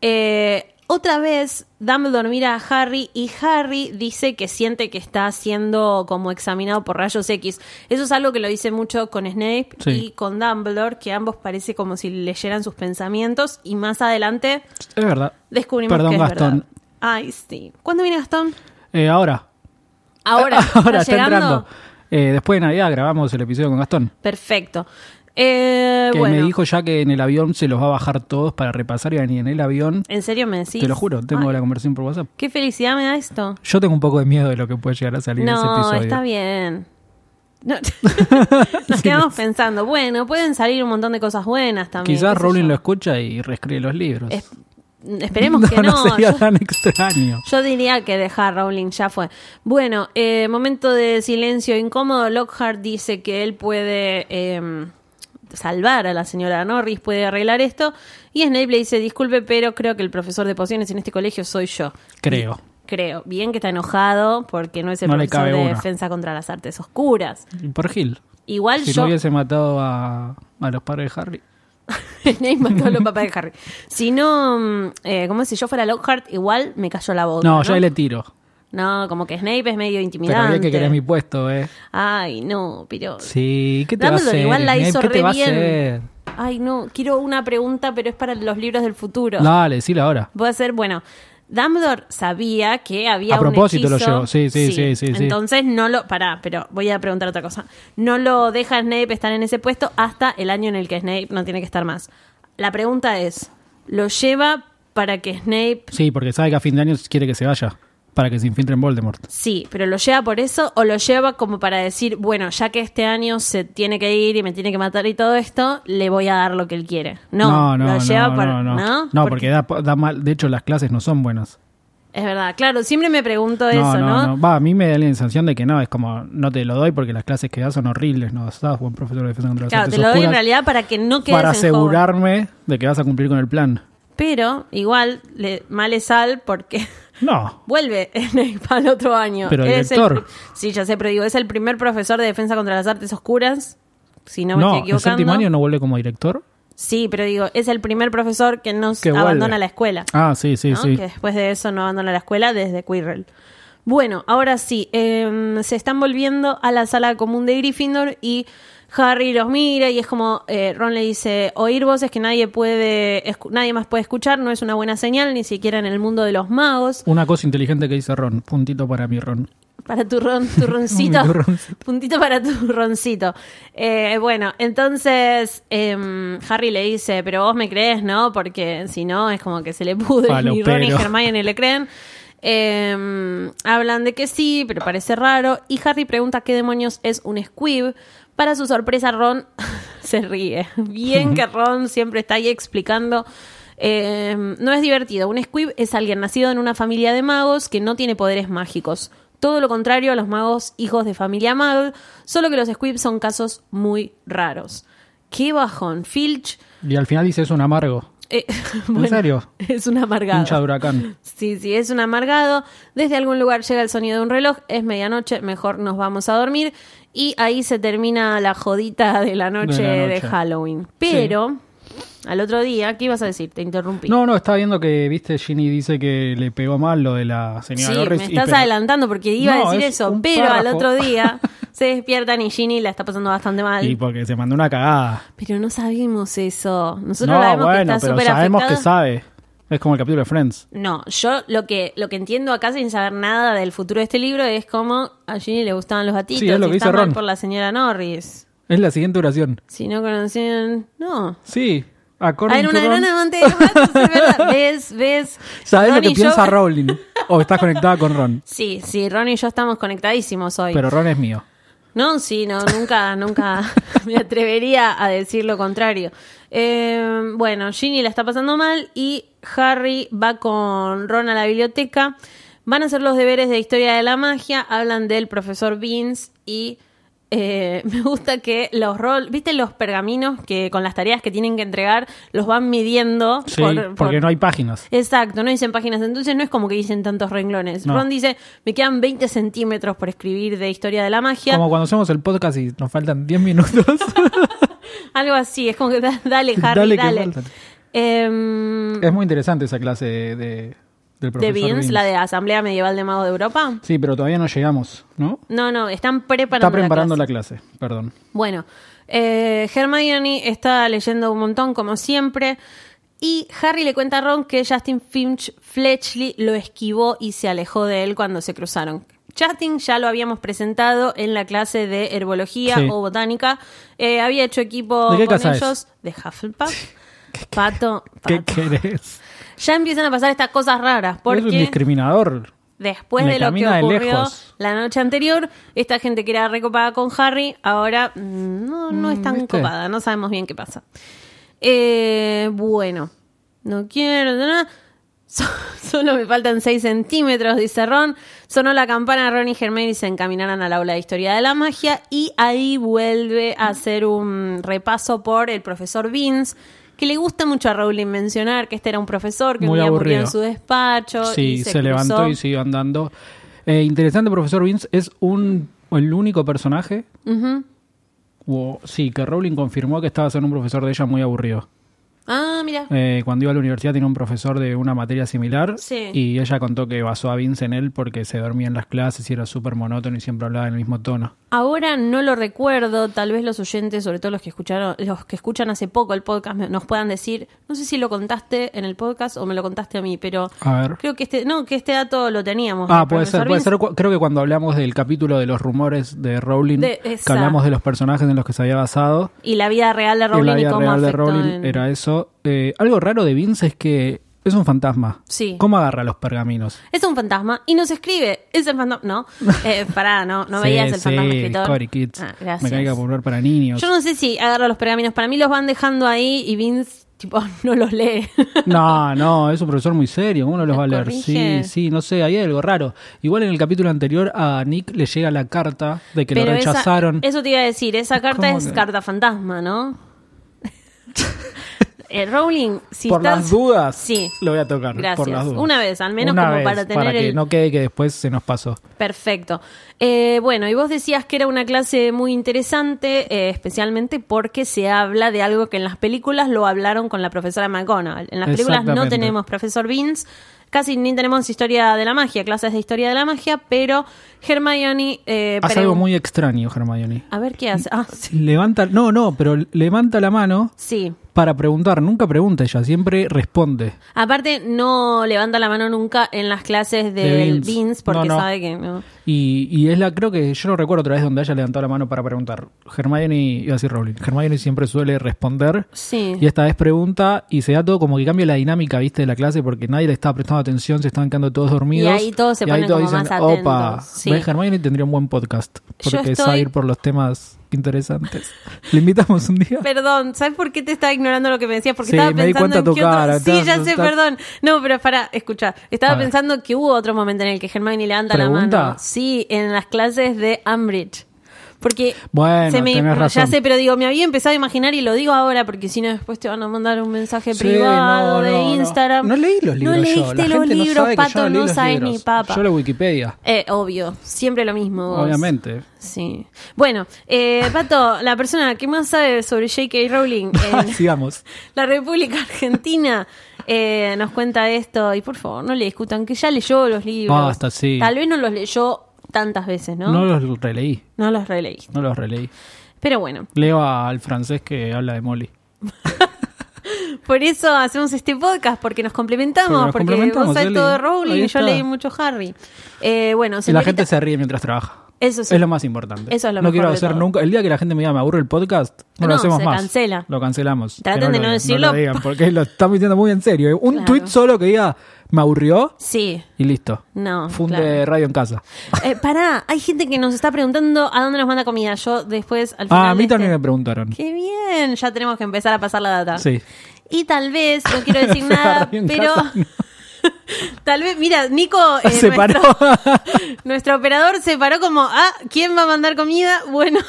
Eh, otra vez, Dumbledore mira a Harry y Harry dice que siente que está siendo como examinado por rayos X. Eso es algo que lo dice mucho con Snape
Sí.
y con Dumbledore, que ambos parece como si leyeran sus pensamientos y más adelante
Es verdad.
descubrimos
Perdón,
que es
Gastón.
verdad. Ay, sí. ¿Cuándo viene Gastón?
Eh, ahora.
Ahora,
<laughs>
¿está
Ahora está
llegando?
entrando. Eh, después de Navidad grabamos el episodio con Gastón.
Perfecto. Eh,
Que
bueno,
me dijo ya que en el avión se los va a bajar todos para repasar y venir en el avión.
¿en serio me decís?
Te lo juro, tengo
Ay,
la conversación por WhatsApp.
Qué felicidad me da esto.
Yo tengo un poco de miedo de lo que puede llegar a salir de ese
No,
episodio.
está bien.
<laughs>
No- <laughs> Nos quedamos pensando, bueno, pueden salir un montón de cosas buenas también.
Quizás
qué sé
Rowling
yo.
lo escucha y reescribe los libros.
Es- Esperemos que
<laughs> no
no.
sería
Yo-
tan extraño.
Yo diría que dejar Rowling ya fue. Bueno, eh, momento de silencio incómodo. Lockhart dice que él puede eh, salvar a la señora Norris, puede arreglar esto. Y Snape le dice, disculpe, pero creo que el profesor de pociones en este colegio soy yo.
Creo.
Creo. Bien que está enojado porque no es el
No le
profesor
cabe
de
una.
defensa contra las artes oscuras.
Y Por Gil.
Igual
Si
yo...
no hubiese matado a, a los padres de Harry.
<laughs> Snape mató a los papás de Harry. Si no, mm, eh, como si yo fuera Lockhart, igual me cayó la boca.
No, yo ahí le tiro.
No, como que Snape es medio
Pero
intimidante.
había que querer mi puesto, ¿eh?
Ay, no, pero.
Sí, ¿qué te va a
Dumbledore
hacer?
igual la
Snape?
hizo
¿Qué te
re
va a
bien.
hacer?
Ay, no, quiero una pregunta, pero es para los libros del futuro.
Dale, decilo ahora.
Voy a hacer, bueno, Dumbledore sabía que había
A propósito
un
lo
hechizo.
llevó, sí, sí, sí, sí, sí.
Entonces no lo, pará, pero voy a preguntar otra cosa. No lo deja Snape estar en ese puesto hasta el año en el que Snape no tiene que estar más. La pregunta es, ¿lo lleva para que Snape
Sí, porque sabe que a fin de año quiere que se vaya. Para que se infiltre en Voldemort.
Sí, pero lo lleva por eso o lo lleva como para decir, bueno, ya que este año se tiene que ir y me tiene que matar y todo esto, le voy a dar lo que él quiere. No, lo lleva
no,
para...
no, no.
¿no?
No, porque da, da mal. De hecho, las clases no son buenas.
Es verdad, claro, siempre me pregunto eso, ¿no?
Va, a mí me da la sensación de que no, es como, no te lo doy porque las clases que das son horribles, no estás buen profesor de defensa contra las
Claro,
artes
te lo doy en
oscuras
realidad para que no quedes
para
en Hogwarts.
asegurarme de que vas a cumplir con el plan.
Pero igual, le, male sal porque <laughs>
No,
vuelve <laughs> Snape al otro año.
Pero,
Él es el
director.
pri- sí, ya sé, pero digo, es el primer profesor de defensa contra las artes oscuras, si no
no,
me estoy
el
equivocando.
séptimo año no vuelve como director.
Sí, pero digo, es el primer profesor que no
Que
abandona
vuelve.
la escuela.
Ah, sí, sí,
¿no?
sí.
que después de eso no abandona la escuela desde Quirrell. Bueno, ahora sí, em, se están volviendo a la sala común de Gryffindor y Harry los mira y es como eh, Ron le dice oír voces que nadie puede, escu- nadie más puede escuchar no es una buena señal ni siquiera en el mundo de los magos.
Una cosa inteligente que dice Ron. Puntito para mi Ron.
Para tu ron,
<laughs>
tu <laughs> roncito.
Mi roncito.
Puntito para tu <laughs> roncito. Eh, bueno, entonces em, Harry le dice, pero vos me crees, ¿no? Porque si no, es como que se le pudre. Ni Ron y
Falopero.
Hermione le creen. Em, hablan de que sí, pero parece raro. Y Harry pregunta qué demonios es un squib. Para su sorpresa, Ron <laughs> se ríe. Bien que Ron siempre está ahí explicando. Em, no es divertido. Un squib es alguien nacido en una familia de magos que no tiene poderes mágicos. Todo lo contrario a los magos hijos de familia mag, solo que los squibs son casos muy raros. Qué bajón. Filch.
Y al final dice es un amargo.
eh, <laughs> bueno,
serio?
Es un amargado.
Hincha de huracán.
Sí, sí, es un amargado. Desde algún lugar llega el sonido de un reloj, es medianoche, mejor nos vamos a dormir. Y ahí se termina la jodita de la noche de,
noche.
Halloween. Pero, al otro día, ¿qué ibas a decir? Te interrumpí.
No, no, estaba viendo que, viste, Ginny dice que le pegó mal lo de la señora
sí,
Norris.
me
y
estás
pero-
adelantando porque iba
No,
a decir
es
eso,
un
pero al
párrafo.
otro
<laughs>
día se despiertan y Ginny la está pasando bastante mal.
Y porque se mandó una cagada.
Pero no sabemos eso. Nosotros
no,
la vemos
bueno,
que está
pero
súper
sabemos
afectada.
que sabe. Es como el capítulo de Friends.
No, yo lo que, lo que entiendo acá sin saber nada del futuro de este libro es cómo a Ginny le gustaban los gatitos
Sí, es lo
y
que
está
dice
mal
Ron.
por la señora Norris.
Es la siguiente oración.
Si no conocían, no. Ah,
Sí, acorde
Era una gran amante de los gatos, es
<laughs>
verdad. ¿Ves? ¿Ves?
¿Sabes lo
Ron
que
y yo-
piensa Rowling? O estás conectada con
<laughs>
Ron.
Sí, sí, Ron y yo estamos conectadísimos hoy.
Pero Ron es mío.
No, sí, no,
<laughs>
nunca, nunca me atrevería a decir lo contrario. Eh, bueno, Ginny la está pasando mal y Harry va con Ron a la biblioteca. Van a hacer los deberes de historia de la magia, hablan del profesor Beans y eh, <laughs> me gusta que los rol, viste los pergaminos que con las tareas que tienen que entregar los van midiendo
Sí, porque no hay páginas.
Exacto, no dicen páginas, entonces no es como que dicen tantos renglones.
No.
Ron dice, me quedan 20 centímetros por escribir de historia de la magia.
Como cuando hacemos el podcast y nos faltan
<laughs>
10 minutos.
Algo así, es como que <laughs> da- dale,
Dale
Harry, dale.
que faltan.
Em,
es muy interesante esa clase de, de-
de
del profesor
Beans,
Beans.
la de Asamblea Medieval de Magos de Europa.
Sí, pero todavía no llegamos, ¿no?
No, no, están preparando,
Está preparando
la
la
clase.
clase, perdón.
Bueno, eh, Hermione está leyendo un montón, como siempre. Y Harry le cuenta a Ron que Justin Finch Fletchley lo esquivó y se alejó de él cuando se cruzaron. Justin ya lo habíamos presentado en la clase de herbología
Sí.
o botánica. Eh, había hecho equipo
¿De qué
con
casa es?
ellos de Hufflepuff. Pato,
<laughs> ¿Qué
pato. <laughs>
querés?
ya empiezan a pasar estas cosas raras
Es un
porque
discriminador.
después
Me
de lo que
camina de
ocurrió
lejos.
la noche anterior, esta gente que era recopada con Harry, ahora mm, no, no es
Mm,
tan
¿viste?
copada, no sabemos bien qué pasa. Eh, bueno, no <laughs> quiero nada. So- Solo me faltan 6 centímetros, dice Ron. Sonó la campana, Ron y Hermione se encaminaron al aula de historia de la magia y ahí vuelve a hacer un repaso por el profesor Vince, que le gusta mucho a Rowling mencionar que este era un profesor que
Muy
un día murió en
aburrido.
su despacho. y
Sí, se,
cruzó.
levantó y siguió andando. Eh, interesante, profesor Vince es un el único personaje.
Ujú.
o- sí, que Rowling confirmó que estaba siendo un profesor de ella muy aburrido.
Ah, mira.
Eh, cuando iba a la universidad tenía un profesor de una materia similar
Sí.
y ella contó que basó a Vince en él porque se dormía en las clases y era súper monótono y siempre hablaba en el mismo tono.
Ahora no lo recuerdo, tal vez los oyentes, sobre todo los que escucharon, los que escuchan hace poco el podcast, me- nos puedan decir, no sé si lo contaste en el podcast o me lo contaste a mí, pero
A ver.
creo que este, no, que este dato lo teníamos.
Ah,
del
puede ser,
profesor
puede
Vince.
ser. Cu- Creo que cuando hablamos del capítulo de los rumores de Rowling,
De-
que
esa.
hablamos de los personajes en los que se había basado,
Y la vida real de
en
Rowling
la
y
vida
cómo
real de
afectó
Rowling
en-
era eso. Eh, algo raro de Vince es que es un fantasma.
Sí.
¿Cómo agarra los pergaminos?
Es un fantasma y nos escribe. Es el fantasma. No,
<laughs>
eh, pará, no, no veías el fantasma escritor.
Cory Kids.
Ah, gracias.
Me caiga por ver para niños.
Yo no sé si agarra los pergaminos. Para mí los van dejando ahí y Vince, tipo, <laughs> no los lee.
No, no, es un profesor muy serio, uno los
Los
va a leer.
corrige.
Sí, sí, no sé, ahí hay algo raro. Igual en el capítulo anterior a Nick le llega la carta de que lo
esa-
rechazaron.
eso te iba a decir, esa carta
¿Cómo
es
que?
carta fantasma,
<laughs>
¿no? Eh, Rowling, si
por
estás...
las dudas,
Sí.
lo voy a tocar.
Gracias.
Por las dudas.
Una vez, al menos
Una
como
vez,
para tener
que
el-
no quede que después se nos pasó.
Perfecto. Eh, bueno, y vos decías que era una clase muy interesante, eh, especialmente porque se habla de algo que en las películas lo hablaron con la profesora McGonagall. En las películas no
Exactamente.
tenemos profesor Beans, casi ni tenemos historia de la magia, clases de historia de la magia, pero Hermione... eh,
Hace
pre-
algo muy extraño, Hermione.
A ver qué hace. Ah, sí.
Levanta, no, no, pero levanta la mano
Sí.
para preguntar. Nunca pregunta ella, siempre responde.
Aparte, no levanta la mano nunca en las clases
De
del
Beans.
Beans porque
No, no.
sabe que no.
Y, y es la, creo que yo no recuerdo otra vez donde haya levantado la mano para preguntar. Hermione, iba a decir Rowling, Hermione siempre suele responder.
Sí.
Y esta vez pregunta y se da todo como que cambia la dinámica, viste, de la clase porque nadie le estaba prestando atención, se estaban quedando todos dormidos.
Y ahí todos se ponen como más atentos,
Opa,
sí.
¿ves? Hermione tendría un buen podcast porque
estoy-
sabe ir por los temas interesantes. <laughs> ¿Le invitamos un día?
Perdón, ¿sabes por qué te estaba ignorando lo que me decías? Porque
Sí,
estaba
me di
pensando
cuenta
en
tu
qué otro-
cara,
Sí, ya
estás-
sé,
estás-
perdón. No, pero para, escucha. Estaba
A ver.
pensando que hubo otro momento en el que Hermione levanta
¿Pregunta?
la mano. Sí, en las clases de Ambridge. Porque
Bueno,
se me-
tenés
ya
razón.
sé, pero digo, me había empezado a imaginar y lo digo ahora porque si no después te van a mandar un mensaje
Sí,
privado
no,
de
no, no.
Instagram.
No leí los libros
No
yo,
leíste
la
los
gente no
libros,
sabe que yo
Pato,
no leí los
sabes ni
libros.
papa.
Yo la Wikipedia,
Eh, obvio, siempre lo mismo. vos.
obviamente.
Sí. Bueno, eh, Pato, la persona que más sabe sobre J.K.
<laughs>
Rowling en
Sigamos.
la República Argentina eh, nos cuenta esto. Y por favor, no le discutan, que ya leyó los libros.
Basta, sí.
Tal vez no los leyó tantas veces, ¿no?
¿No?
No,
los releí,
los releí.
no los releí.
Pero bueno,
Leo al francés que habla de Molly.
por eso hacemos este podcast, porque nos complementamos,
Porque nos
porque
complementamos,
vos sabés
Eli.
todo de Rowling
Ahí
y yo
está.
leí mucho Harry. Eh, bueno,
Y la
señorita-
gente se ríe mientras trabaja.
Eso sí.
Es lo más importante.
Eso es lo
no
mejor
quiero
de
hacer
todo.
nunca. El día que la gente me diga me aburre el podcast, no,
No,
lo hacemos
se
más.
cancela.
Lo cancelamos.
Traten
Que
de
lo-
no decirlo.
lo digan porque lo estamos diciendo muy en serio. Un
Claro.
tweet solo que diga me aburrió
Sí.
y listo.
No.
Funde
claro.
radio en casa.
Eh, pará, hay gente que nos está preguntando a dónde nos manda comida. Yo después al final.
Ah, a
de
mí
este-
también me preguntaron.
Qué bien, ya tenemos que empezar a pasar la data.
Sí.
Y tal vez, no quiero
<laughs>
decir
Pero
nada,
radio en
pero.
casa, no.
<laughs> Tal vez, mira,
<laughs>
Nico, eh,
Se paró.
nuestro, <laughs> nuestro operador se paró como, ah, ¿quién va a mandar comida? <laughs> Bueno,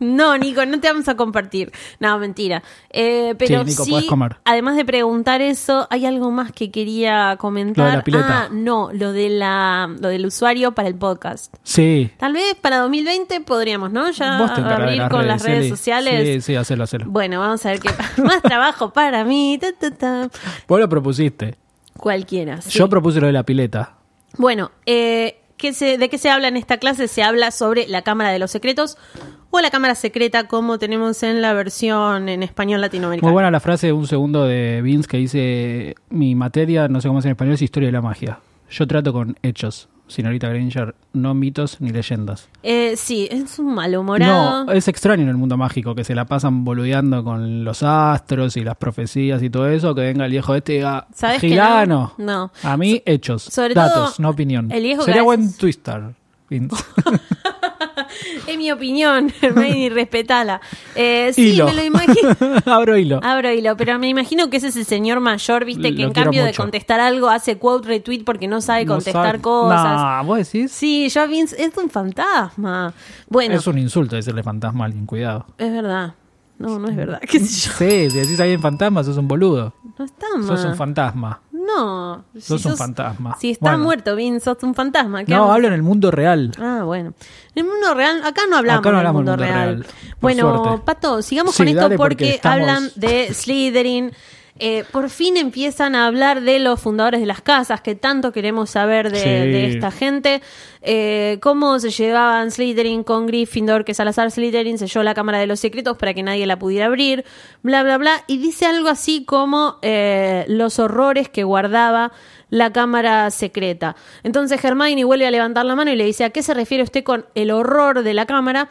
no, Nico, no te vamos a compartir. No, mentira. Eh, pero
Sí, Nico,
sí,
podés comer.
además de preguntar eso, hay algo más que quería comentar.
Lo de la pileta.
Ah, no, lo, de la, lo del usuario para el podcast.
Sí.
Tal vez para 2020 podríamos, ¿no? Ya
Vos te encargas de
abrir
las
con
redes,
las redes
Eli.
sociales.
Sí, sí, hacelo, hacelo.
Bueno, vamos a ver qué <laughs> Más trabajo para mí. ta, ta, ta.
Vos lo propusiste.
Cualquiera. sí.
Yo propuse lo de la pileta.
Bueno, eh, ¿qué se- ¿de qué se habla en esta clase? Se habla sobre la Cámara de los Secretos o la Cámara Secreta como tenemos en la versión en español latinoamericano.
Muy buena la frase de un segundo de Vince que dice: Mi materia, no sé cómo es en español, es historia de la magia. Yo trato con hechos, señorita Granger, no mitos ni leyendas.
Eh, sí, es un malhumorado.
No, eh. es extraño en el mundo mágico que se la pasan boludeando con los astros y las profecías y todo eso. Que venga el viejo este y diga:
¿Sabes que
Gilano.
no? No.
A mí, hechos,
sobre
datos,
todo,
no opinión.
el viejo
Sería
que
buen
haces-
twister, Vince.
<laughs> Es mi opinión, <laughs> Hermione, respetala. Eh, <laughs>
<laughs>
sí,
Hilo.
me lo imagino. <laughs>
Abro hilo.
Abro hilo, pero me imagino que ese es el señor mayor, viste, que
Lo
en
quiero
cambio de
mucho.
contestar algo hace quote retweet porque no sabe
No
contestar
sabe-
cosas.
Nah, vos decís.
Sí, yo a Vince es un fantasma. Bueno,
Es un insulto decirle fantasma a alguien, cuidado.
es verdad. No, no es verdad. ¿Qué sé yo?
<laughs> Sí, si decís a alguien fantasma, sos un boludo.
No está mal.
Sos un fantasma.
no. si
sos un fantasma.
Si está
Bueno.
muerto, Vince, sos un fantasma. ¿Qué
No,
vamos-
hablo en el mundo real.
Ah, bueno. En el mundo real, acá no hablamos,
Acá no hablamos
del mundo real.
por
Bueno,
suerte.
Pato, sigamos
Sí,
con esto porque,
dale, porque estamos-
hablan de Slytherin. Eh, por fin empiezan a hablar de los fundadores de las casas, que tanto queremos saber de,
Sí.
de esta gente. Eh, cómo se llevaban Slytherin con Gryffindor, que Salazar Slytherin selló la Cámara de los Secretos para que nadie la pudiera abrir, bla, bla, bla. Y dice algo así como eh, los horrores que guardaba la Cámara Secreta. Entonces Hermione vuelve a levantar la mano y le dice, ¿a qué se refiere usted con el horror de la Cámara?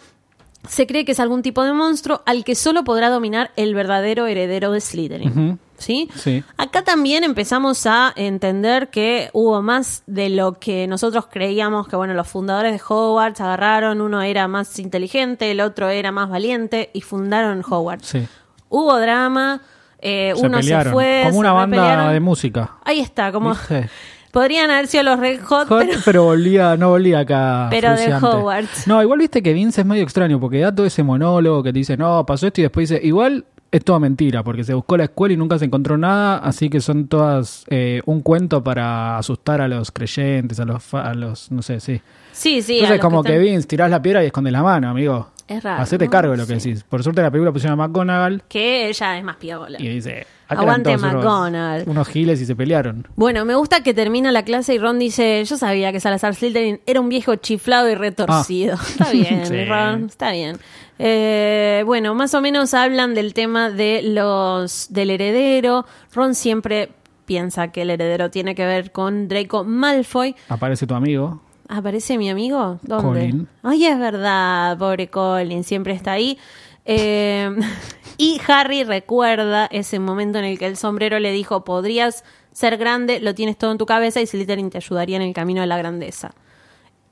Se cree que es algún tipo de monstruo al que solo podrá dominar el verdadero heredero de Slytherin.
Ujú.
¿Sí?
Sí.
Acá también empezamos a entender que hubo más de lo que nosotros creíamos que, bueno, los fundadores de Hogwarts agarraron, uno era más inteligente, el otro era más valiente y fundaron Hogwarts.
Sí.
Hubo drama, eh,
se
uno
pelearon.
se fue,
como
se
una banda
repelearon.
de música.
Ahí está, como
¿Viste?
podrían haber sido los Red <laughs> Hot,
Hot,
pero-
pero... volvía, no volvía acá.
Pero de
Fruciante.
Hogwarts.
No, igual viste que Vince es medio extraño porque da todo ese monólogo que te dice, no, pasó esto y después dice, igual es toda mentira porque se buscó la escuela y nunca se encontró nada, así que son todas eh, un cuento para asustar a los creyentes, a los, fa- a los no sé, sí.
sí, sí. a
Entonces,
los
como
que
que,
están-
Vince, tirás la piedra y escondes la mano, amigo.
Es raro,
Hacete
¿no?
cargo de lo que
Sí.
decís. Por suerte, en la película pusieron a McGonagall
que ella es más piola.
y dice: Acá eran
Aguante
todos unos-
McGonagall.
Unos giles y se pelearon.
Bueno, me gusta que termina la clase y Ron dice, yo sabía que Salazar Slytherin era un viejo chiflado y retorcido. Está bien,
Sí.
Ron, está bien. Eh, bueno, más o menos hablan del tema de los del heredero. Ron siempre piensa que el heredero tiene que ver con Draco Malfoy.
Aparece tu amigo.
¿Aparece mi amigo? ¿Dónde?
Colin.
Ay, es verdad, pobre Colin, siempre está ahí. Eh, <laughs> y Harry recuerda ese momento en el que el sombrero le dijo, podrías ser grande, lo tienes todo en tu cabeza y Slytherin te ayudaría en el camino de la grandeza.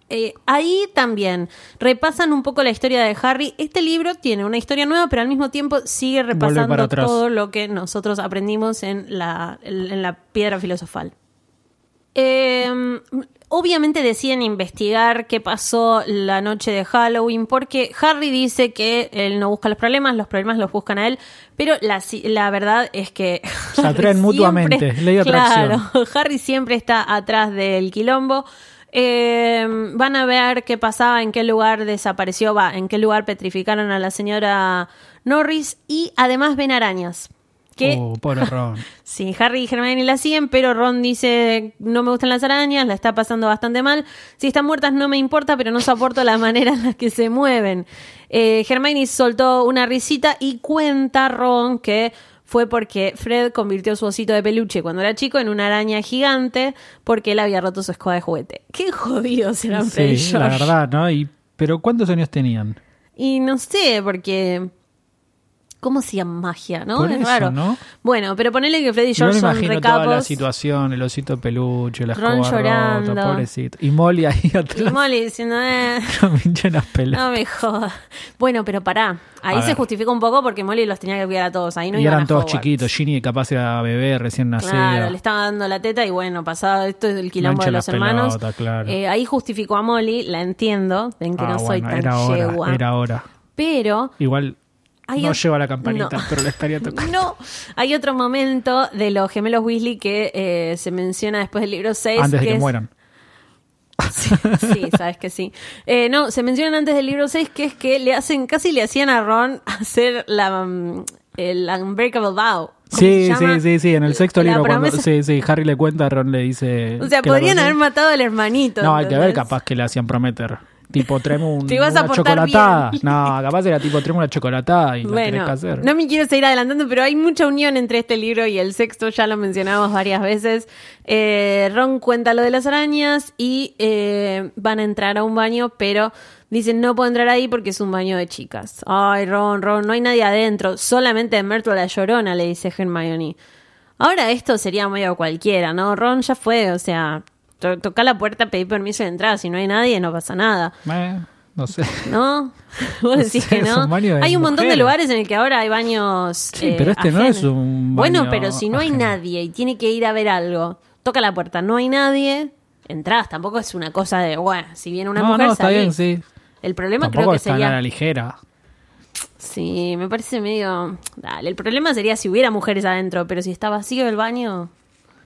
Eh, ahí también repasan un poco la historia de Harry. Este libro tiene una historia nueva, pero al mismo tiempo sigue
para
repasando
atrás.
todo lo que nosotros aprendimos en la, en la piedra filosofal. Eh, obviamente deciden investigar qué pasó la noche de Halloween porque Harry dice que él no busca los problemas, los problemas los buscan a él, pero la, si- la verdad es que... <laughs>
Se atraen
Harry
mutuamente, ley
<laughs>
de
claro,
atracción.
Harry siempre está atrás del quilombo. Eh, van a ver qué pasaba, en qué lugar desapareció, va, en qué lugar petrificaron a la señora Norris y además ven arañas. Que
Oh,
<laughs>
pobre Ron.
Sí, Harry y Hermione la siguen, pero Ron dice, no me gustan las arañas, la está pasando bastante mal. Si están muertas no me importa, pero no soporto la <laughs> manera en la que se mueven. Eh, Hermione soltó una risita y cuenta Ron que fue porque Fred convirtió su osito de peluche cuando era chico en una araña gigante porque él había roto su escoba de juguete. <laughs> Qué jodidos eran Fred y
Sí, la
George.
verdad, ¿no? Y, pero ¿cuántos años tenían?
Y no sé, porque... ¿Cómo hacían magia, no?
Por
es
eso,
raro.
¿no?
Bueno, pero ponele que Fred y
no me
George son
imagino toda la
recapos.
situación, el osito peluche, la
Ron
escoba
llorando.
rota, pobrecito. Y Molly ahí <laughs>
Y
atrás
Molly diciendo,
<laughs>
eh,
con hincha en las pelas.
no me jodas. Bueno, pero pará. Ahí
A
se
ver.
justifica un poco porque Molly los tenía que cuidar a todos. Ahí no
y
iban
eran
a
todos
Hogwarts.
chiquitos. Ginny capaz era bebé, recién nacida.
Claro, le estaba dando la teta y bueno, pasado esto es el quilombo
Mancha
de
las
los hermanos.
pelotas, claro.
Eh, ahí justificó a Molly, la entiendo, ven que
Ah,
no soy
bueno,
tan
era hora,
yegua.
era hora.
Pero
Igual
Hay
no
ot-
lleva la campanita,
no.
pero le estaría
<laughs>
tocando.
no, hay otro momento de los gemelos Weasley que eh, se menciona después del libro 6.
Antes de que
es-
mueran.
Sí, sí, sabes que sí. Eh, no, se mencionan antes del libro 6 que es que le hacen, casi le hacían a Ron <laughs> hacer la, mm, el Unbreakable Vow. ¿Cómo se
Sí,
llama?
sí, sí, sí, en el sexto
La
libro cuando
promesa-
sí, sí, Harry le cuenta, Ron le dice...
O sea,
que la
podrían
promesa-
haber matado al hermanito.
No, hay que ver,
¿entendés?
capaz que le hacían prometer. Tipo, traeme
<laughs>
un-
Te ibas a
una
portar
chocolatada.
bien.
No, capaz era tipo, traeme una chocolatada y la tenés que
Bueno,
hacer.
no me quiero seguir adelantando, pero hay mucha unión entre este libro y el sexto, ya lo mencionamos varias veces. Eh, Ron cuenta lo de las arañas y eh, van a entrar a un baño, pero dicen no puedo entrar ahí porque es un baño de chicas. Ay, Ron, Ron, no hay nadie adentro, solamente Myrtle la llorona, le dice Hermione. Ahora esto sería medio cualquiera, ¿no? Ron ya fue, o sea, to- toca la puerta, pedí permiso de entrar, si no hay nadie, no pasa nada.
Eh, no sé. <laughs>
¿No? Vos decís
sé,
que
es
no.
un baño de
hay un montón de
mujeres.
lugares en el que ahora hay baños. eh,
Sí, pero este no es un
Bueno,
baño
pero si no hay
ajeno.
nadie y tiene que ir a ver algo, toca la puerta, no hay nadie, entras. Tampoco es una cosa de, bueno, si viene una
no,
mujer,
no, está
salís.
bien, sí.
El problema
Tampoco
creo que
está nada
sería.
ligera.
Sí, me parece medio. Dale, el problema sería si hubiera mujeres adentro, pero si está vacío el baño.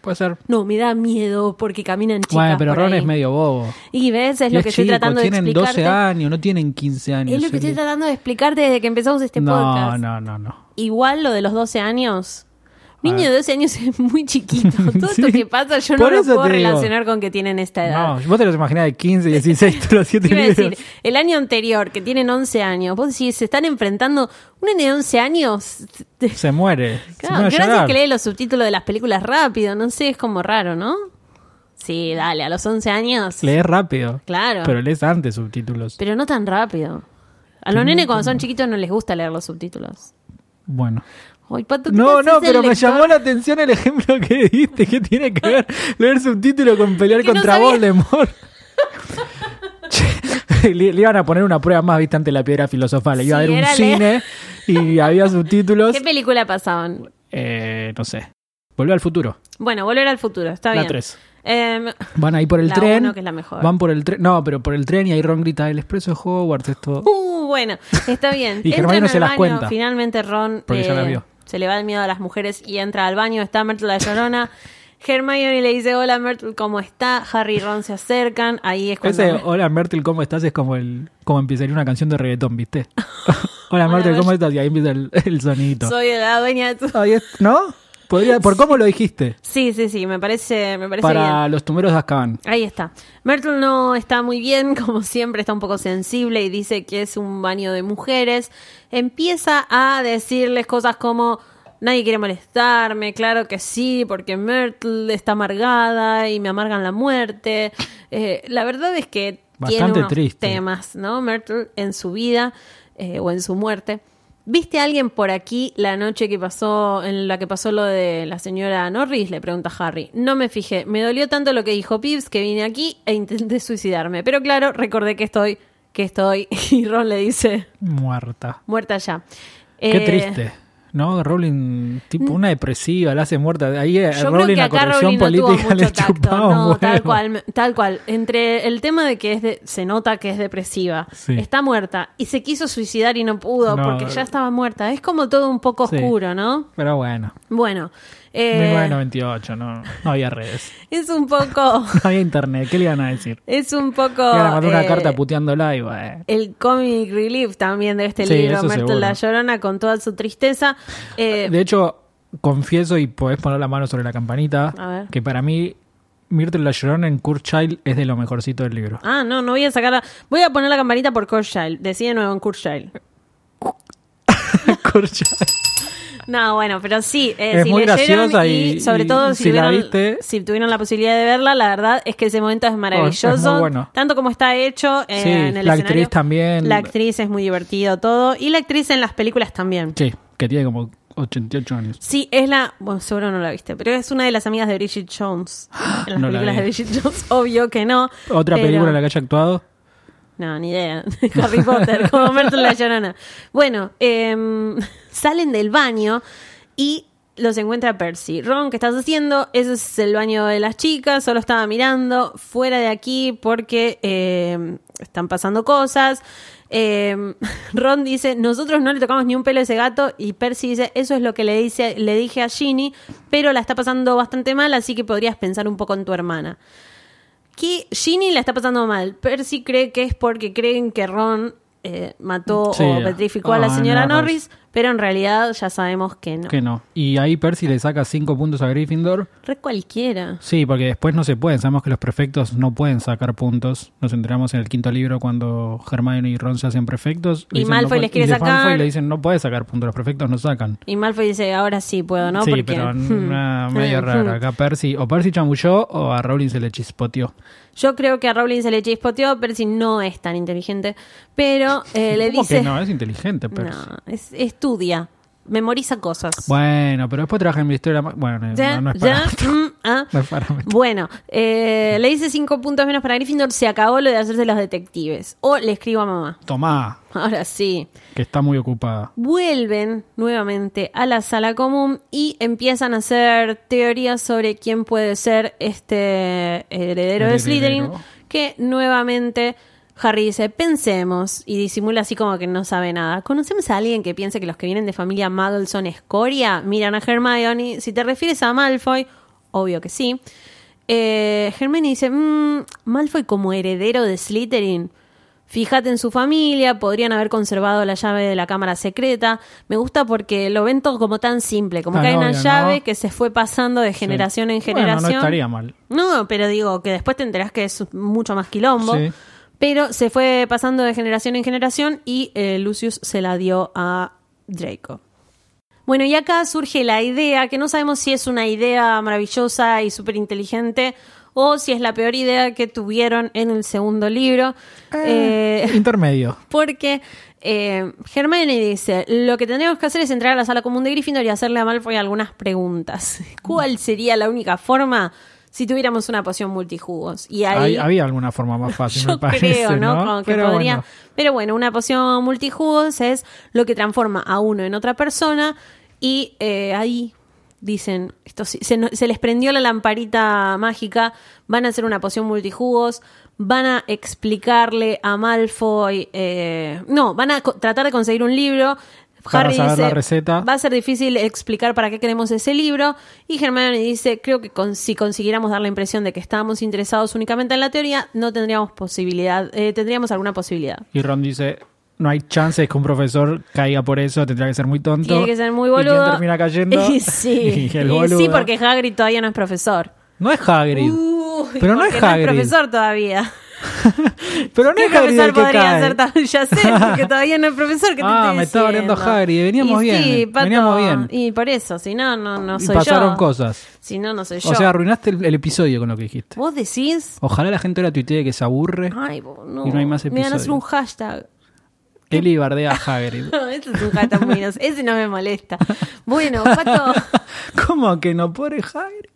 Puede ser.
No, me da miedo porque caminan chicas.
bueno, pero
por
Ron
ahí.
es medio bobo.
Y ves, es
Y
lo
es
que estoy
chico,
tratando de
tienen
explicarte.
12 años, no tienen 15 años.
es lo que
sí.
estoy tratando de explicarte desde que empezamos este
no,
podcast.
no, no, no.
igual lo de los 12 años. Un
A
niño de 12 años es muy
<laughs>
chiquito. Todo esto
Sí.
que pasa yo no
Por
lo
eso
puedo
te digo.
relacionar con que tienen esta edad.
No, vos te los imaginás de 15, 16, <laughs> todos los 7
Te Iba a
libros.
decir, el año anterior, que tienen 11 años, vos decís, se están enfrentando un nene de 11 años. <laughs> te- <laughs>
Se muere. se
Claro,
pone a
gracias
llorar.
que lee los subtítulos de las películas rápido, no sé, es como raro, ¿no? Sí, dale, a los 11 años.
Lees rápido.
Claro.
Pero lees antes subtítulos.
Pero no tan rápido. A los nenes cuando son chiquitos no les gusta leer los subtítulos.
Bueno.
Ay, Pato, ¿qué te
No,
haces
no,
el
pero me
lector?
llamó la atención el ejemplo que diste. ¿Qué tiene que
<laughs>
ver leer subtítulo con pelear
Que no
contra
sabía. <laughs>
Voldemort? Che, <laughs> Le, le iban a poner una prueba más, viste, ante la piedra filosofal. Iba a
Sí,
haber un
era
cine
leer. <laughs>
y había subtítulos.
¿Qué película pasaban?
Eh, no sé. Volver al futuro.
Bueno, volver al futuro, está
La
bien.
tres.
Em,
Van ahí por el
La
tren.
uno, que es la mejor.
Van por el tren. No, pero por el tren y ahí Ron grita: El expreso de Hogwarts, esto.
uh, bueno, está bien.
<laughs> Y
Entran
Hermione no se
al
las
baño,
cuenta.
Finalmente Ron eh,
Porque ya la vio.
se le va el miedo a las mujeres y entra al baño. Está Myrtle la llorona. <laughs> Hermione le dice, hola Myrtle, ¿cómo está? Harry y Ron se acercan. Ahí es cuando...
Ese Hola Mertel, ¿cómo estás? es como el como empezaría una canción de
<laughs>
reggaetón, ¿viste? Hola Mertel, ¿cómo estás? Y ahí empieza el, el sonidito.
Soy la dueña de tu...
Ahí es- ¿No? Podría, por cómo lo dijiste.
Sí, sí, sí, me parece, me parece
Para
bien.
los tumberos de Azkaban.
Ahí está. Myrtle no está muy bien, <laughs> como siempre, está un poco sensible y dice que es un baño de mujeres. Empieza a decirles cosas como nadie quiere molestarme, claro que sí, porque Myrtle está amargada y me amargan la muerte. Eh, la verdad es que tiene
Bastante
unos
triste.
temas, ¿no? Myrtle en su vida eh, o en su muerte. ¿Viste a alguien por aquí la noche que pasó, en la que pasó lo de la señora Norris? Le pregunta Harry. No me fijé. Me dolió tanto lo que dijo Pips que vine aquí e intenté suicidarme. Pero claro, recordé que estoy, que estoy. <laughs> Y Ron le dice,
Muerta.
muerta ya.
Qué
Eh, mm.
triste. ¿No? Rowling, tipo una depresiva, la hace muerta. Ahí eh,
Yo creo
Rowling
que
la
acá
corrupción
Rowling no tuvo
política <laughs> le
mucho tacto.
chupaba un
No,
huevo.
tal cual, me- tal cual. Entre el tema de que es de- se nota que es depresiva,
Sí.
está muerta y se quiso suicidar y no pudo
No. eh.
porque ya estaba muerta. Es como todo un poco
Sí.
oscuro, ¿no?
Pero bueno,
Bueno, eh,
1998, no, no había redes. <laughs>
es un poco, <laughs>
No había internet, ¿qué le iban a decir?
es un poco.
Le iban a mandar
eh,
una carta puteándola y bueno.
el comic relief también de este
Sí,
libro,
eso
Myrtle
seguro. Ah,
la Llorona, con toda su tristeza. Eh,
De hecho, confieso y podés poner la mano sobre la campanita,
A ver.
que para mí Myrtle la Llorona en Kurt Child es de lo mejorcito del libro. <laughs>
Ah, no, no voy a sacar la- Voy a poner la campanita por Kurt Child. Decí de nuevo en Kurt Child.
Kurt Child.
No, bueno, pero sí, eh,
Es
si
muy
leyeron
graciosa
y,
y-
sobre
y
todo si,
si la
vieron-
viste- Oh,
si tuvieron la posibilidad de verla, la verdad es que ese momento es maravilloso,
es muy bueno.
tanto como está hecho eh,
Sí,
en el
la
escenario.
actriz también.
La actriz es muy divertido todo y la actriz en las películas también.
Sí, que tiene como 88 años.
Sí, es la. Bueno, seguro no la viste, pero es una de las amigas de Bridget
<gasps>
Jones. En las
No la
películas
vi.
de Bridget Jones, obvio que no.
Otra
pero-
película en la que haya actuado.
No, ni idea. <laughs> Harry Potter, como Myrtle la Llorona. Bueno, em, <laughs> salen del baño y los encuentra Percy. Ron, ¿qué estás haciendo? Ese es el baño de las chicas, solo estaba mirando fuera de aquí porque em, están pasando cosas. Em, <laughs> Ron dice, nosotros no le tocamos ni un pelo a ese gato y Percy dice, eso es lo que le, dice, le dije a Ginny, pero la está pasando bastante mal, así que podrías pensar un poco en tu hermana que Ginny la está pasando mal. Percy cree que es porque creen que Ron eh, mató
Sí.
o petrificó a la
Ah,
señora
no,
Norris, pero en realidad ya sabemos que no.
Que no. Y ahí Percy le saca 5 puntos a Gryffindor.
Re cualquiera.
Sí, porque después no se pueden. Sabemos que los prefectos no pueden sacar puntos. Nos enteramos en el quinto libro cuando Hermione y Ron se hacen prefectos.
Y
dicen,
Malfoy
no
les
pu-
quiere
y de Malfoy
sacar.
le dicen no puedes sacar puntos, los prefectos no sacan.
Y Malfoy dice, ahora sí puedo, ¿no?
sí,
porque <laughs>
pero
hmm,
nah, medio
hmm,
raro.
hmm.
Acá Percy, o Percy chamulló o a Rowling se le chispoteó.
Yo creo que a Rowling se le chispoteó, Percy no es tan inteligente, pero eh, le
¿Cómo
dice...
que no? Es inteligente Percy.
No, es- estudia, memoriza cosas.
Bueno, pero después trabaja en mi historia. Bueno, eh,
Ya,
no, no es
ya,
para <laughs> esto.
mm, ah.
No es para esto.
Bueno, eh, le hice cinco puntos menos para Gryffindor, se acabó lo de hacerse los detectives. O le escribo a mamá. <laughs>
Tomá,
Ahora sí.
que está muy ocupada.
Vuelven nuevamente a la sala común y empiezan a hacer teorías sobre quién puede ser este heredero de
Heredero.
Slytherin. Que nuevamente Harry dice, pensemos, y disimula así como que no sabe nada. ¿Conocemos a alguien que piense que los que vienen de familia Muggle son escoria? Miran a Hermione. Si te refieres a Malfoy, obvio que sí. Eh, Hermione dice, "Mm, Malfoy como heredero de Slytherin. Fíjate en su familia, podrían haber conservado la llave de la cámara secreta. Me gusta porque lo ven todo como tan simple, como
Tan
que hay una
obvio, ¿no?
llave que se fue pasando de generación en
Bueno,
generación.
no estaría mal.
No, pero digo que después te enterás que es mucho más quilombo.
Sí.
Pero se fue pasando de generación en generación y eh, Lucius se la dio a Draco. Bueno, y acá surge la idea, que no sabemos si es una idea maravillosa y súper inteligente o si es la peor idea que tuvieron en el segundo libro.
Ah.
Eh,
Intermedio.
porque eh, Hermione dice, lo que tendríamos que hacer es entrar a la sala común de Gryffindor y hacerle a Malfoy algunas preguntas. <laughs> ¿Cuál sería la única forma si tuviéramos una poción multijugos? Y ahí,
Hay- había alguna forma
<laughs>
más fácil,
yo
me parece.
creo, ¿no?
¿no?
Como que
Pero
podría...
bueno.
Pero bueno, una poción multijugos es lo que transforma a uno en otra persona y eh, ahí dicen, esto sí, se, no- se les prendió la lamparita mágica, van a hacer una poción multijugos, van a explicarle a Malfoy, eh, no, van a co- tratar de conseguir un libro.
Para
Harry
saber
dice,
la receta.
va a ser difícil explicar para qué queremos ese libro. Y Hermione dice, creo que con- si consiguiéramos dar la impresión de que estábamos interesados únicamente en la teoría, no tendríamos posibilidad, eh, tendríamos alguna posibilidad.
Y Ron dice, no hay chances que un profesor caiga por eso, tendría que ser muy tonto.
Tiene que ser muy
¿Y quién
boludo.
termina cayendo?
Y <laughs> sí.
<laughs> Y el
Y
boludo.
sí, porque Uh, Hagrid todavía no es profesor.
No es Hagrid.
Uy,
Pero no es
porque
Hagrid.
profesor todavía.
Pero no
¿Qué
es Hagrid
profesor
el que
podría
cae.
ser? tan- <laughs> Ya sé,
<laughs>
porque todavía no es profesor. ¿qué te
Ah,
estoy
me estaba
diciendo?
hablando Hagrid, veníamos
Y
bien,
Sí, Pato,
veníamos bien.
Y por eso, si no, no, no
Y
soy
pasaron
yo.
cosas.
Si no, no soy yo.
O sea, arruinaste el, el episodio con lo que dijiste.
Vos decís.
Ojalá la gente ahora tuitee que se aburre.
Ay, bo- no.
Y no hay más
Me van a hacer
episodios.
un hashtag. <laughs>
Eli bardea a Hagrid.
Ese es un hashtag muy inoc- Ese no me molesta. Bueno, Pato,
<laughs> ¿Cómo que no, pobre Hagrid?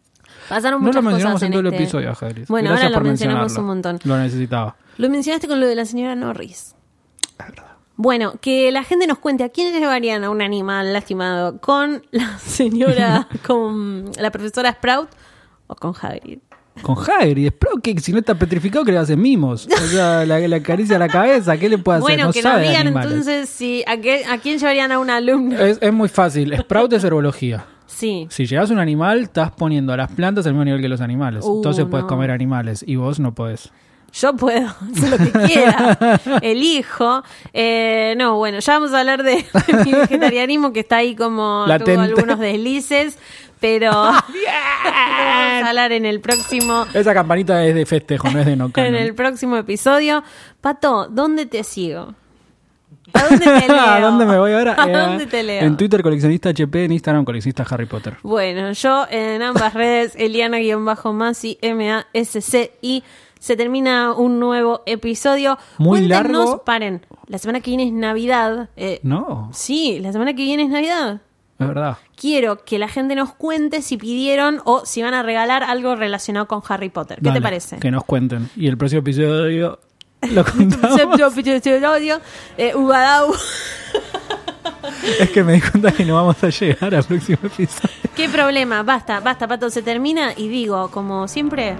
pasaron
No
muchas
lo
cosas
mencionamos en
en
todo el
este-
episodio a Hagrid.
Bueno,
Gracias
ahora
por
lo mencionamos un
mencionarlo.
montón.
Lo necesitaba.
Lo mencionaste con lo de la señora Norris. Bueno, que la gente nos cuente a quién llevarían a un animal lastimado, con la
<laughs>
señora, con la profesora Sprout o con Hagrid.
Con Hagrid, espero que si no está petrificado que le hacen mimos. O sea, la, la acaricia a la cabeza, ¿qué le puede hacer?
Bueno,
no
que nos
sabe de
digan
animales.
entonces si a, qué- a quién llevarían a un alumno.
Es, es muy fácil. Sprout es herbología.
Sí,
Si llevas un animal, estás poniendo a las plantas al mismo nivel que los animales.
Uh,
Entonces puedes
no.
comer animales y vos no podés.
yo puedo <laughs> hacer lo que quiera,
<laughs>
elijo. Eh, no, bueno, ya vamos a hablar de <laughs> mi vegetarianismo que está ahí como tuvo
Latente.
algunos deslices, pero
<laughs>
lo vamos a hablar en el próximo
Esa campanita es de festejo, no es
<laughs>
de no
en
canon. <laughs>
el próximo episodio. Pato, ¿dónde te sigo? ¿A dónde te leo?
<laughs> Ah, ¿A dónde me voy ahora?
<laughs> ¿A
Eh,
dónde te leo?
En Twitter coleccionista HP, en Instagram coleccionista Harry Potter.
Bueno, yo en ambas redes, <laughs> Eliana-Masi, M-A-S-C-I. Se termina un nuevo episodio.
Muy
Cuéntenos,
largo.
paren. La semana que viene es Navidad. eh,
No,
Sí, la semana que viene es Navidad.
es verdad.
Quiero que la gente nos cuente si pidieron o si van a regalar algo relacionado con Harry Potter. ¿Qué
Dale,
te parece?
Que nos cuenten. Y el
<laughs>
próximo episodio lo contamos.
Eh, <laughs> Ubadau.
<laughs> es que me di cuenta que no vamos a llegar al próximo episodio.
¿Qué problema? Basta, basta, Pato, se termina y digo, como siempre,